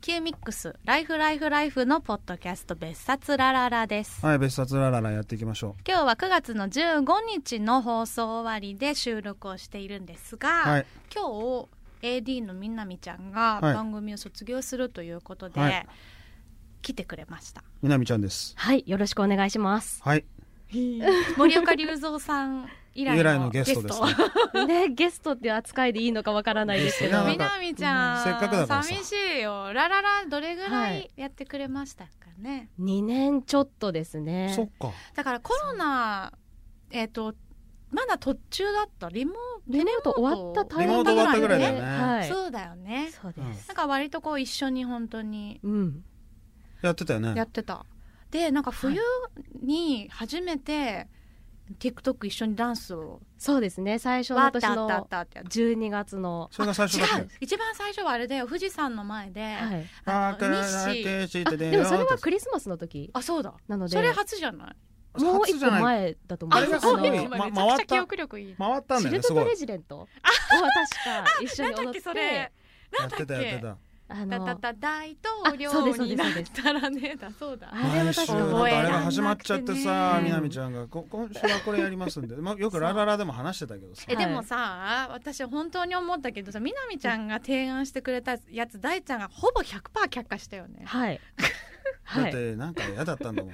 Q ミックスライフライフライフのポッドキャスト別冊ラララです。はい、別冊ラララやっていきましょ今日は9月の15日の放送終わりで収録をしているんですが、はい今日 AD のみなみちゃんがはい番組を卒業するということで、はい来てくれましたう。みなみちゃんです。はい、よろしくお願い します。はい、森岡隆三さん以以来の来のゲストですね。ね、ゲストっていう扱いでいいのかわからないですけどいや。みなみちゃん、せっかくだからさ寂しいよラララどれぐはらいいやってくれましたかね、 2年ちょっとですね。そっか。だからコロナえっ、とまだ途中だったリモリモート終わったタイミングリモート終わったぐらいだよねはい。そうだよねそうですなん。か割とこう一緒に本当にうん。やってたよやねっ。てた、でなんか冬に初めて TikTok 一緒にダンスをそうですね。最初わーのって年あったあっのたあったって12月の。それが最初だや違っう一番最初はあれだよ富士山の前で、はい。た。ああー、のか日らだ誌け知っあててでもそれはクリリスマスの時あそうだなのでそれ初じゃないもう一個前だと思あいれまがすすごいあまのめちゃくちゃ記回っ憶力いい回ったんシだよルね、トすプごレい。ジデントを確か一緒になんだっ踊っけてそれやなっんてた、だっやってけた。あだだのだ大統あそう領ですそうにですなっそうですたらねだそうだあれは毎週確なんかか覚えらあれなくてれねが始まっちゃってさ、うんみなみちゃんが、こ今週はこれやりますんで、まあよくラララでも話してたけどさえ。はいでもさ私本当に思ったけどさみなみちゃんが提案してくれたやつ大ちゃんがほぼ100%却下したよねはい。だはっい。てなんか嫌だったんだもん。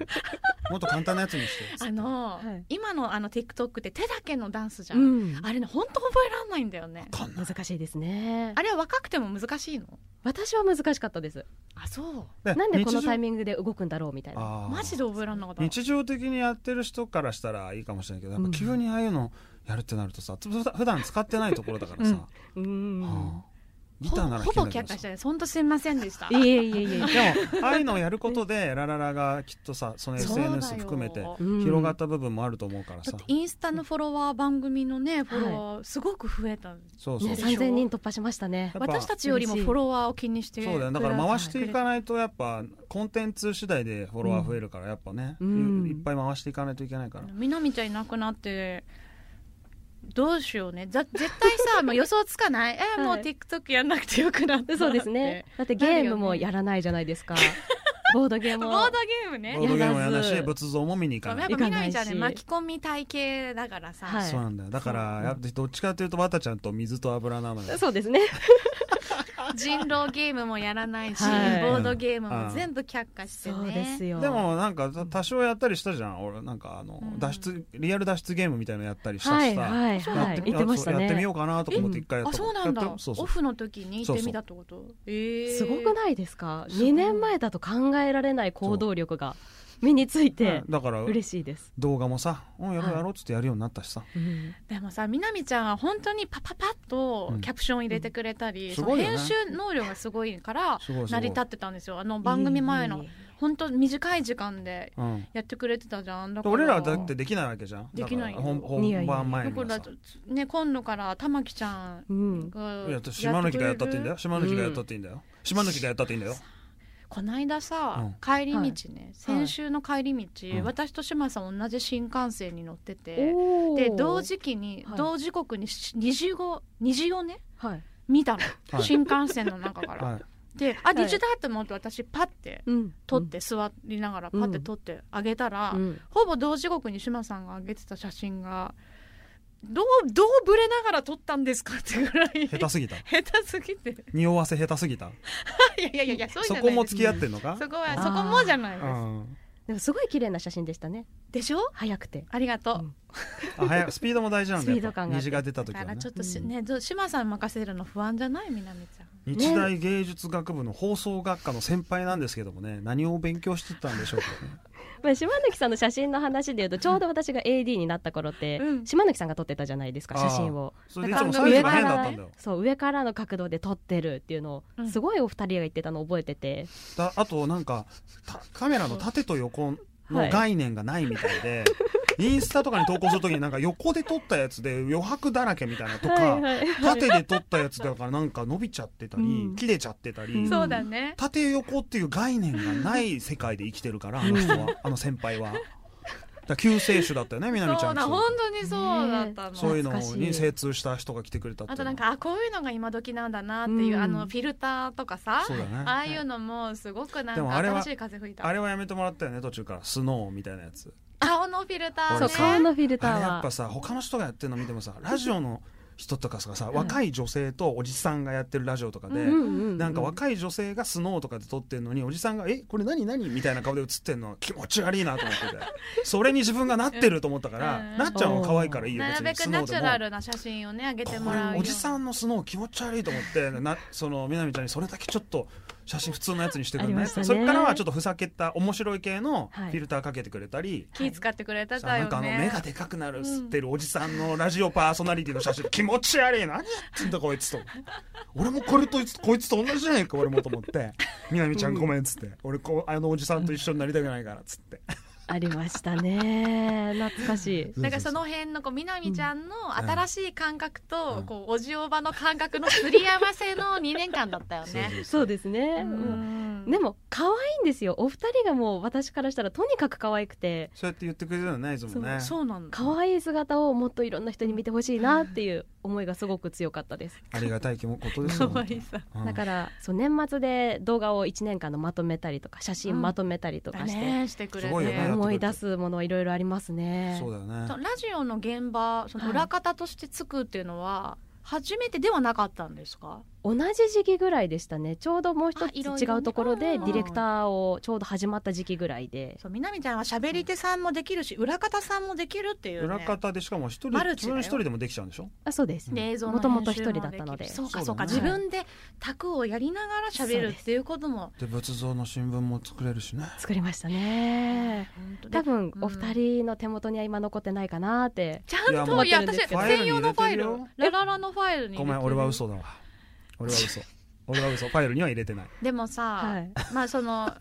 もっと簡単なやつにして。あの、はい今のあの TikTok って手だけのダンスじゃ、うんん。あれね本当覚えられないんだよねわかんない。難しいですねあ。れは若くても難しいの私は難しかったです。あそうでなんでこの日常タイミングで動くんだろうみたいな。あーマジで覚えられなかった日常的にやってる人からしたらいいかもしれないけどやっうぱん急にああいうのやるってなると さ、つ普段普段使ってないところだからさ、うんはうーん。あギほターぼならほぼ弾け却んだ下しけたどねほんとすいませんでしたいえいえいえ。さでもああいうのをやることでラララがきっとさそ のそうだよ SNS 含めてう ん広がった部分もあると思うからださって、インスタのフォロワー番組のねフォロワーすごく増えた、そうそね、うさそうやっ3000人突破しましたねぱ。私たちよりもフォロワーを気にしてだよだから回していかないとやっぱコンテンツ次第でフォロワー増えるからやっぱね、うんいいっぱい回していかないといけないから、みなみちゃんいなくなってどうしようねざ絶対さもう予想つかないえもうはい TikTok やんなくてよくなったそうですね。だってゲームもやらないじゃないですか。ボードゲーボムーもドゲームねボードゲームもやらないやしらず仏像も見に行そかうなやっいぱみなみちゃんね行かないし巻き込み体系だからさ、はいそうなんだよだからそうやっぱどっちかというとわたちゃんと水と油な のよそうですね。人狼ゲームもやらないし、はいボードゲームも全部却下してねそうですよ。でもなんかた多少やったりしたじゃん俺なんかあのうん脱出リアル脱出ゲームみたいなのやったりしたはしいさ、はいはやい。ってみ言ってましたややってみねよ。うかなとか思って一回やっあたそうなんだやったそうそオうフの時に行ってみたってことえーすごくないですかすごい ?2 年前だと考えられない行動力が身についてうんだから嬉しいです。動画もさ「うんやろうはいやろう」っつってやるようになったしさ、うんでもさみなみちゃんは本当にパパパッとうんキャプション入れてくれたり、うんそのすごいよね編集能力がすごいからすごいすご成いり立ってたんですよあの番組前のいい本当短い時間でうん、でやってくれてたじゃんだから俺らはだってできないわけじゃんできないだから本いやい本や番だ前にかはらさね今度から玉木ちゃんうん。がいや島抜きがやったっていいんだよやてくれる島抜きがやったっていいんだよ、島抜きがやったっていいんだよこないださ、うん帰り道ね、先週の帰り道、うん私と島さん同じ新幹線に乗ってて、おーで同時期に、はい同時刻にし虹を虹をねはい。見たの、はい新幹線の中から、はいであ虹だと思って私パッてうん。撮って座りながらパッて撮ってあげたら、うん。ほぼ同時刻に島さんがあげてた写真がどうどうぶれながら撮ったんですかってぐらい下手すぎた 下手すぎて い匂わせ下手すぎたやいやいやいやそうじそゃないこもです付き合ってんのかそこはあーそこもじゃないでうすん、でもすごい綺麗な写真でしたね。でしょ早くて。ありがとう、うんあ早いスピードも大事なんだスピーよド感があって虹が出ただ時はからねちょっとし、うんねどう島さん任せるの不安じゃないみなみちゃん日大芸術学部の放送学科の先輩なんですけどもね何を勉強してたんでしょうか ねまあ、島貫さんの写真の話でいうとちょうど私が AD になった頃って、うん島貫さんが撮ってたじゃないですかあー写真をそれいなんつかもサイズが変だったんだよそう上からの角度で撮ってるっていうのを、うんすごいお二人が言ってたのを覚えてて、だあとなんかたカメラの縦と横はのい概念がないみたいで、インスタとかに投稿するときになんか横で撮ったや つで余白だらけみたいなとか、はい縦で撮ったやつだからなんか伸びちゃってたり、うん切れちゃってたり、うんそうだね 縦横っていう概念がない世界で生きてるからあの人はあの先輩はら救世主だったよねみなみちそゃうんちだ本当にそうだったの、そういうの懐かしいに精通した人が来てくれたっていあうのとはなんかあこういうのが今時なんだなっていう、うんあのフィルターとかさ、そうだねああいうのもすごくなんでもかあれは新しい風吹いたあれはやめてもらったよね途中からスノーみたいなやつ顔のフィルターそねう顔のフィルタあーれやっはぱさ他の人がやってるの見てもさラジオの人とかささ若い女性とおじさんがやってるラジオとかで、うなんかか若い女性がスノーとかで撮ってるのにおじさんが「えこれ何何?」みたいな顔で映ってるの気持ち悪いなと思っててそれに自分がなってると思ったから、うんなっちゃんは可愛いからいいよなるべくスノナーチでュもラルな写真をねあげてもらうよこれおじさんのスノー気持ち悪いと思 ってなそのみなみちゃんにそれだけちょっと写真普通のやつにしてくれありねましたねそれからはちょっとふざけた面白い系のフはいィルターかけてくれたり、気使ってくれたさだなよんかあの目がねでかくなる吸ってるおじさんのラジオパーソナリティの写真、気持ち悪いな何やってんだこいつ と俺もこれとこいつと同じじゃないか俺もと思っ て「みなみちゃんごめん」っつって「俺こうあのおじさんと一緒になりたくないから」っつってありましたね懐かしいなんかその辺のこうみなみちゃんの新しい感覚と、うんこうおじおばの感覚のすり合わせの2年間だったよね。そうですね、うんんでも可愛いんですよお二人がもう私からしたらとにかく可愛くてそうやって言ってくれるのねいつもねそうなんだ。可愛い姿をもっといろんな人に見てほしいなっていう思いがすごく強かったですありがたい気もことですかよわいさ。うんだからそう年末で動画を1年間のまとめたりとか写うん真まとめたりとかして、ねしてくれすごいよねて。思い出すものはいろいろありますねそうだよねそうラジオの現場そのはい裏方としてつくっていうのは初めてではなかったんですか、同じ時期ぐらいでしたねちょうどもう一あいろいつ違ろねうところでうんディレクターをちょうど始まった時期ぐらいでそうみなみちゃんは喋り手さんもできるし裏方さんもできるっていうね裏方でしかも一人マル自チだよ分一人でもできちゃうんでしょあそうです、で映像のもともと編集も一人だったのできるそうかそそううかだね自分で卓をやりながら喋るっていうこともで仏像の新聞も作れるしね作りましたね本当で多分うんお二人の手元には今残ってないかなって、ちゃんいやといや持ってるん私ですけど専用のファイルファイルラに入れてるよララのファイルに入れてごるめん俺は嘘だわ俺は嘘俺は嘘ファイルには入れてないでもさ、はいまあそ の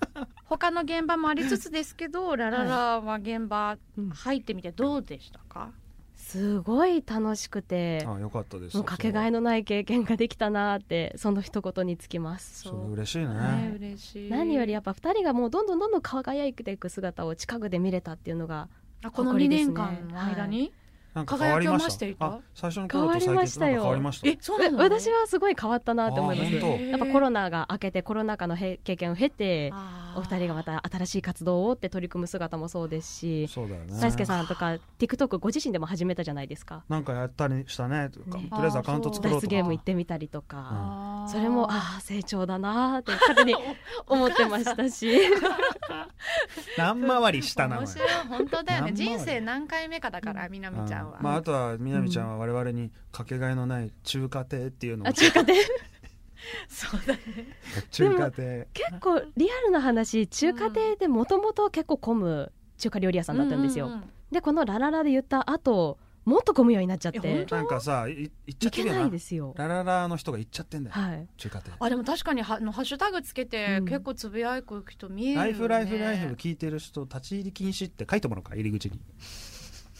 他の現場もありつつですけどラララは現場うん入ってみてどうでしたか、すごい楽しくてあよかったですもうかけがえのない経験ができたなってその一言につきますそれ嬉しいねね嬉しい何よりやっぱ二人がもうどんどんどんどん輝いていく姿を近くで見れたっていうのがあこの誇2りです年ね間の間に、なんか変わりま輝きを増ししたていたあ最初の頃と最近変わりましたよなんか変わりましたえそうなえの私はすごい変わったなって思いまあーす本当やっぱコロナが明けてコロナ禍のへ経験を経てナお二人がまたた新しい活動をって取り組む姿もそうですしそうだよね大輔さんとか TikTok ご自身でも始めたじゃないですかなんかやったりしたねとかねとりあえずアカウント作ろう脱と出ゲームか行ってみたりとか、あーそれもああ成長だなーって勝手に思ってましたし 何回りしたなの面よ白い本当だよね何回り人生何回目かだからみなみちゃんは、うんまああとはみなみちゃんは我々にかけがえのない中華亭っていうのをあ中華でそうだね中華亭結構リアルな話中華亭でもともと結構混む中華料理屋さんだったんですよ、ううでこの「ラララ」で言った後もっと混むようになっちゃっえ本て当なんかさい行っちゃいってけるよないなですよラララの人が行っちゃってんだよはい中華亭あでも確かにはあのハッシュタグつけて、うん結構つぶやく人見えるよラねイフライフライフ聞いてる人立ち入り禁止って書いてもらおうか入り口に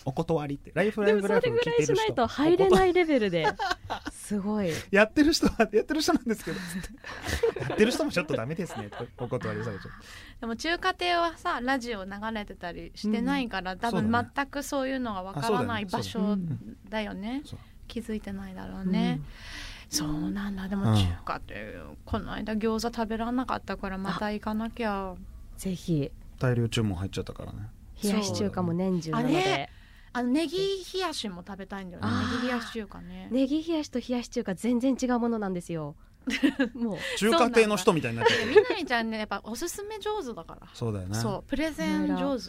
お断りってライフラでイもフそライフれ聞いぐらていしるない人と入れなお断りいレベルですごいやってる人はやってる人なんですけどつってやってる人もちょっとダメですねとお断りされちゃうでも中華亭はさラジオ流れてたりしてないから、多そう分だね全くそういうのがわからないあそ場うだねそう所だねだよねそう気づいてないだろうね、そうなんだでうもん中華って、この間餃子食べらんなかったからまた行かなきゃぜひ大量注文入っちゃったからね冷やし中華も年中なので、そうあねあのネギ冷やしも食べたいんだよねあーネギ冷やし中華ねネギ冷やしと冷やし中華全然違うものなんですよもう中華亭の人みたいになっちゃってみるなみちゃんねやっぱおすすめ上手だから、そうだよねそうプレゼン上手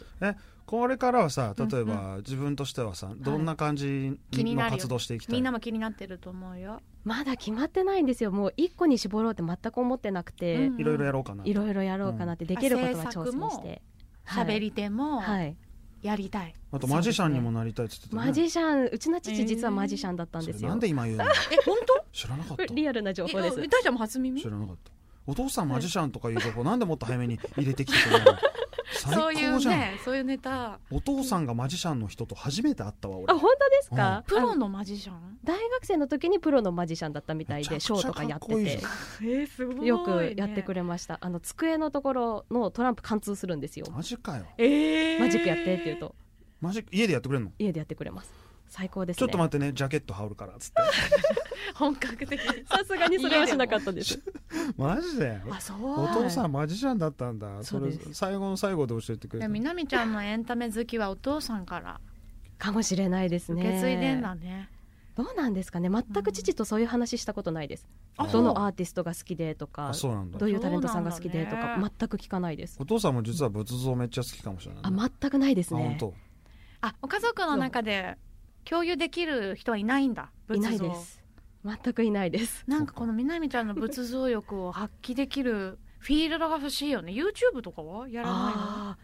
これからはさ例えば自分としてはさどんな感じ気になのるよ活動していきたみいんなも気になってると思うよ、まだ決まってないんですよもう一個に絞ろうって全く思ってなくて、うんいろいろやろうかないろいろやろうかなってできることは制挑作も戦して喋り手もはい、やりたい、あとマジシャンにもなりたいって言ってたねマジシャンうちの父実はえーマジシャンだったんですそれよ、なんで今言うのえ本当知らなかっこれたリアル な情報ですえ大ちゃんも初耳知らなかったお父さんマジシャンとかいう情 報なんでもっと早めに入れてきてくれないの最そうい高うじゃん、ねそういうネタお父さんがマジシャンの人と初めて会ったわ俺あ本当ですか、プロあののマジシャン大学生の時にプロのマジシャンだったみたいめでちシゃくョーちゃとかやってかっこいいてじえすごよくやってくれれましたあの机のところのトランプ貫通するんですよマジかよえーマジックやってって言うとマジ家でやってくれるの家でやってくれます最高ですねちょっと待ってねジャケット羽織るからっつって 本格 的にさすがにそれはしなかったですマジであそうお父さんマジシャンだったんだそそうでれす最後の最後で教えてくれでたみなみちゃんのエンタメ好きはお父さんからかもしれないです受ねけ継いでんだねどうなんですかね全く父とそういう話したことないです、あどのあアーティストが好きでとかあそうなんだどういうタレントさんが好きでとそうなかんだね全く聞かないですお父さんも実は仏像めっちゃ好きかもしれないあね、全くないですあね本当あお家族の中で共有できる人はいないんだ仏い像ないです全くいないですなんかこのみなみちゃんの仏像欲を発揮できるフィールドが欲しいよね YouTube とかはやらない のあ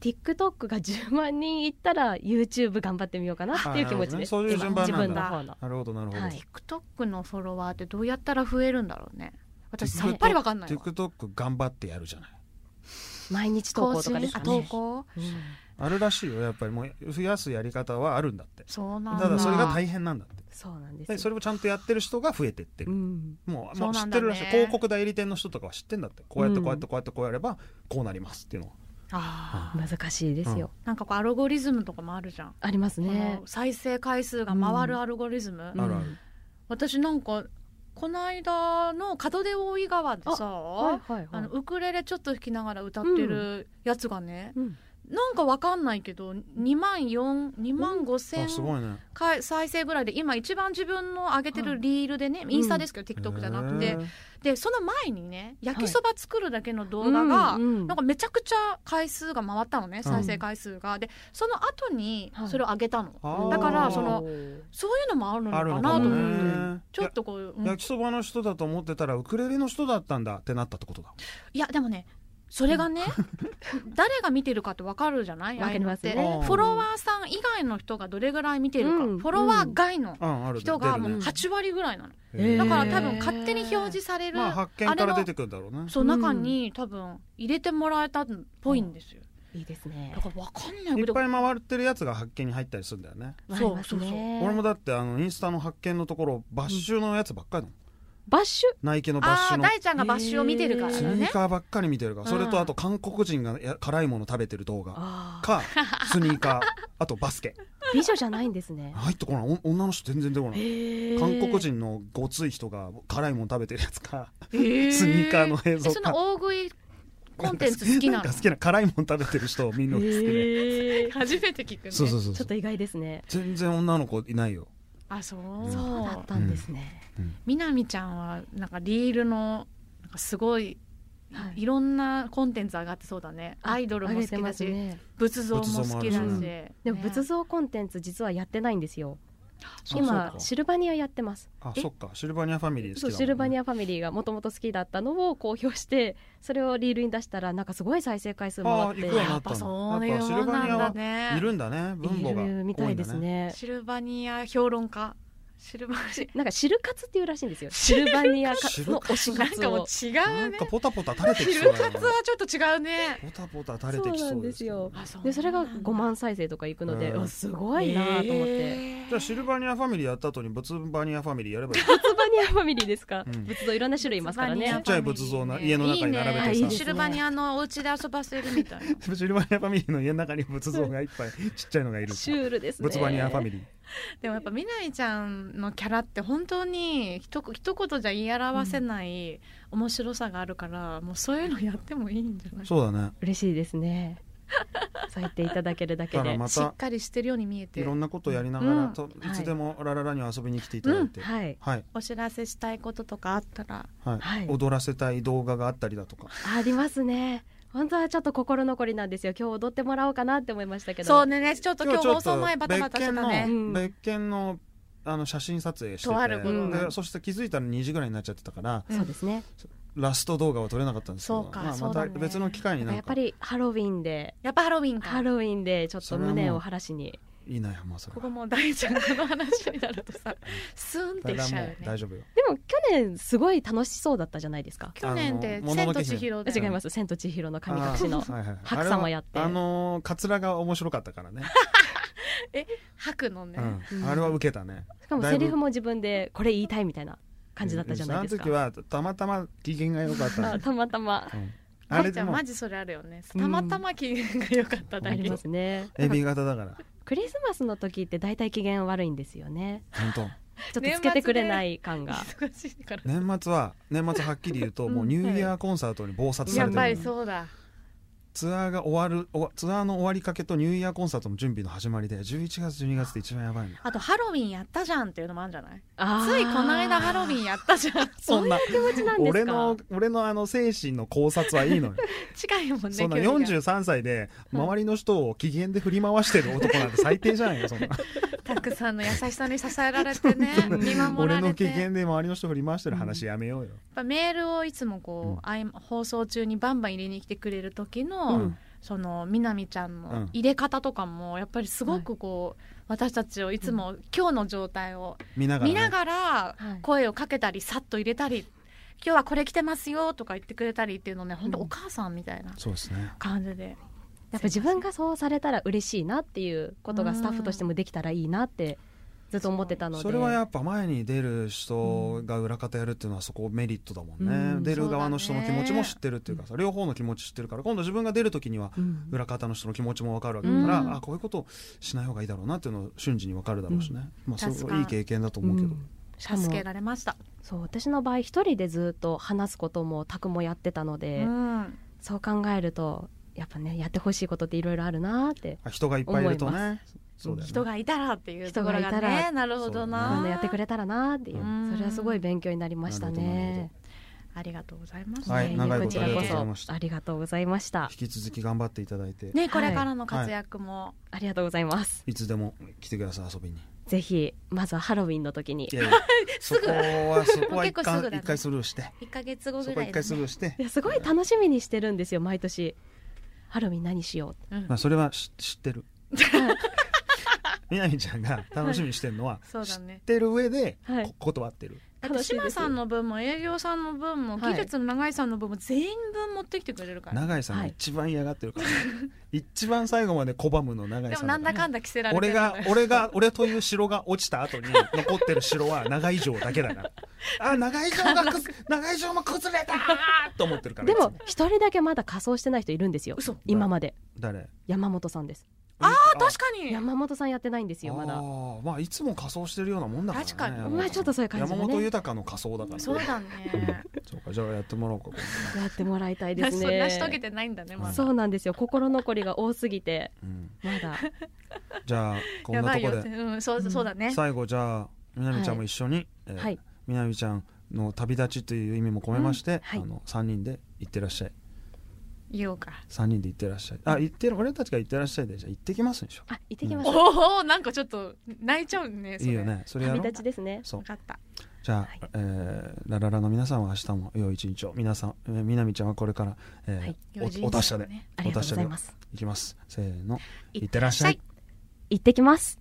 ー TikTok が10万人いったら YouTube 頑張ってみようかなっていう気持ちです、あなるほどねそういう順番なだん今自分の方のなるほどなるほど、はい TikTok のフォロワーってどうやったら増えるんだろうね私 TikTok さっぱりわかんないわ TikTok 頑張ってやるじゃない毎日投稿とかですかあ投ね、稿うんあるらしいよやっぱりもう増やすやり方はあるんだってそうなんだただそれが大変なんだってそうなんですよでそれをちゃんとやってる人が増えてってうる、ん、もうそもうう知なっんてだねるらしい広告代理店の人とかは知ってんだってこうやってうんこうやってこうやってこうやればこうなりますっていうのは、あー難しいですよ、なんかこうアルゴリズムとかもあるじゃんありますこねの再生回数が回るアルゴリズム、うんあるある私なんかこの間の門出大井川でさあ,、はいはいはいのウクレレちょっと弾きながら歌ってるやつがね、うんなんかわかんないけど2万4 2万5あ千すごいね回再生ぐらいで今一番自分の上げてるリールでね、んインスタですけど TikTok じゃなくへてーでその前にね焼きそば作るだけの動画が、うんうんなんかめちゃくちゃ回数が回ったのね再生回数が、でその後にはいそれを上げたの、あーだからそのそういうのもあるのあるのかなかと思もって、ねちょっとこう、うんや焼きそばの人だと思ってたらウクレレの人だったんだってなったってことだいやでもねそれがね 誰が見てるかって分かるじゃないわかりますああいねうのってうんフォロワーさん以外の人がどれぐらい見てるか、うんフォロワー外のうんあるね人がもう出るね8割ぐらいなの、出るねうんだからへー多分勝手に表示される、まあ発見から出てくるんだろうねそう中に多分入れてもらえたっぽいんですよ、いいですねだから分かんないいっけどぱい回ってるやつが発見に入ったりするんだよねそうわかりますねそうそう俺もだってあのインスタの発見のところバッシュのやつばっかりだもんバッシュナイキのバッあシあューの大ちゃんがバッシュを見てるからだスね、ニーカーばっかり見てるから、うんそれとあと韓国人がや辛いもの食べてる動画あーかスニーカー あとバスケ美女じゃないんです ね入ってこないお女の人全然出てこない韓韓国人のごつい人が辛いもの食べてるやつかえースニーカーの映像えその大食いコンテンツ好きな なんのか好きな辛いもの食べてる人を見るのが好きで、初めて聞くねそうそうそうちそうょっと意外ですね全然女の子いないよあそうそうそうだったんですね、みなみちゃんはなんかリールのなんかすごいはいろんなコンテンツ上がってそうだねアイドルも好上げてきだますしね仏像も好きだし、仏像もあるしうんねでも仏像コンテンツ実はやってないんですよそう今かシルバニアやってますあえそっかシルバニアファミリー好きだもそうんねシルバニアファミリーがもともと好きだったのを公表してそれをリールに出したらなんかすごい再生回数回っあーて行くよやっぱそういうもんなんだねいるんだね分母がいるみたいで多すんだねシルバニア評論家シルバニなんかシル活っていうらしい んですよシルバニアかシルの活推しアなん活かもうを違なうんねかポタポタ垂れてきシそうル だな活はちょっと違うねポタポタ垂れてきそうですけそどうなんですよあそうでそれがなんだ5万再生とかいくので、うんあすごいなと思って、えーじゃあシルバニアファミリーやった後に仏バニアファミリーやればいい仏バニアファミリーですか、うん仏像いろんな種類いますからシルバニちアっねちゃい仏像な家の中に並べあていいいさねシルバニアのお家で遊ばせるみたいなシルバニアファミリーの家の中に仏像がいっぱいちっちゃいのがいるシュールですね仏バニアファミリーでもやっぱみなみちゃんのキャラって本当にひと一言じゃ言い表せない面白さがあるから、もうそういうのやってもいいんじゃないそうだね嬉しいですねそう言っていただけるだけだからで、ましったかりしてるように見えいてろんなことやりながら、うんとはいいつでもラララに遊びに来ていただいて、はいはいお知らせしたいこととかあったらはいはい踊らせたい動画があったりだとかありますね本当はちょっと心残りなんですよ今日踊ってもらおうかなって思いましたけどそうねねちょっと今日ちょっ放送前バタバタしてた別件ねのうん別件のあの写真撮影しててとあることなんだでそして気づいたら2時ぐらいになっちゃってたからうんそうですね、ラスト動画は撮れなかったんですけどそうかまあ、そまうだたね別の機会になんやっぱかりハロウィンでやっぱハロウィンかハロウィンでちょっと胸を晴らしにいいなよもうそれこはこもう大ちゃんの話になるとさ スーンっだてかしらちゃうよもうね大丈夫よでも去年すごい楽しそうだったじゃないですか去年であの千と千尋あで違います「千と千尋の神隠しの」あーはいはいはい白様やっあてれはあのーカツラが面白かったからね、吐くのね、うんうんあれは受けたねしかもだいぶセリフも自分でこれ言いたいみたいな感じだったじゃないですうんかあの時はたまたま機嫌が良かったあんでたまたまうんああれれちでゃんもマジそれあるよねうんたまたま機嫌が良かったあだけりますね AB 型だからクリスマスの時って大体機嫌悪いんです よね本当ちょっとつけてくれない感が忙しいから年末は年末はっきり言うと、うんもうニューイヤーコンサートに暴殺さやれってぱるりそうだツアーが終わるおわツアーの終わりかけとニューイヤーコンサートの準備の始まりで11月12月で一番やばいのあとハロウィンやったじゃんっていうのもあるんじゃないあーついこの間ハロウィンやった じゃんそんな気持ちなんですか俺の俺のあの精神の考察はいいのよ近いもんねそんな距離が43歳で周りの人を機嫌で振り回してる男なんて最低じゃないよそんなたくさんの優しさに支えられてね そんな見守俺らのれ機て嫌やっで周りの人振り回してる話やめようよ、ぱメールをいつもこうんう、あい放送中にバンバン入れに来てくれる時の、うんそのみなみちゃんうのん入れ方とかもやっぱりすごくこう、私たちをいつも今日の状態を見ながら、見ね、ながらはい声をかけたりさっと入れたり今日はこれ着てますよとか言ってくれたりっていうのね本当うんお母さんみたいなそうですね感じでやっぱ自分がそうされたら嬉しいなっていうことがスタッフとしてもできたらいいなってずっと思ってたのでそれはやっぱ前に出る人が裏方やるっていうのはそこメリットだもんね、うん出る側の人の気持ちも知ってるっていうかそさ両方の気持ち知ってるから今度自分が出る時にはうん裏方の人の気持ちも分かるわけだから、うんあこういうことをしない方がいいだろうなっていうのを瞬時に分かるだろうしね、まあそ確かにれはいい経験だと思うけど、んしかも助けられました、そう私の場合一人でずっと話すことも宅もやってたので、うんそう考えるとやっぱねやってほしいことっていろいろあるなーって、あ人がいっぱいいると思いねそうだよね人がいたらっていうところが人がいたねらなるほどあーあな、のやってくれたらなーっていうう、んそれはすごい勉強になりましたね。ありがとうございます、はいええ長いここちとらありがことうございましそたありがとうございました。引き続き頑張っていただいて、ねこれからの活躍も、ありがとうございます。いつでも来てください遊びにぜひまずはハロウィンの時に。いやいや そこはそこはもう結一構す貫ぐだね一回スルーして、一ヶ月後そぐこらはいで一回すスねルーしていやすごい楽しみにしてるんですよ毎年。ハロウィン何しようって。うんまあ、それはし知ってる みなみちゃんが楽しみにしてるのは、 そう知だっねてる上で、はいこ断ってるだって志麻さんの分も営業さんの分もはい技術の永井さんの分も全員分持ってきてくれるから、永井さんが一番嫌がって るから、一番最後まで拒むの永井でさもんなだんからだかんだ着せられて俺るんだよが俺が俺という城が落ち た後に残ってる城は長井城だけだからあ長井城がくず長井城も崩れたーと思ってるからでいもつ一人だけまだ仮装してない人いるんですよ嘘今まで誰山本さんですああ確かに山本さんやってないんですよまあだーまあいつも仮装してるようなもんだから、ね、確かに山本まあちょっとそういう感じだね山本豊の仮装だから、そうだねそうかじゃあやってもらおうか今度やってもらいたいでなすそれ成ねし遂げてないんだねまだそうなんですよ心残りが多すぎて うんまだじゃあこんなとやこばいよでうん、そうそうだね、最後じゃあみなみちゃんも一緒に、えーはいみなみちゃんの旅立ちという意味も込めまして、んはいあの三人で行ってらっしゃい言おうか三人で行ってらっしゃいあ行ってる俺たちが行ってらっしゃいでじゃあ行ってきますでしょあ行ってきましょうおおなんかちょっと泣いちゃうねそいれいよねそれや旅ろう立ちですねそう分かったじゃあ、はいえーラララの皆さんは明日も良い一日を皆さん、えー、みなみちゃんはこれから、えーはい良い人生おお達者でねありがとうございますいきますせーのい行ってらっしゃい行ってきます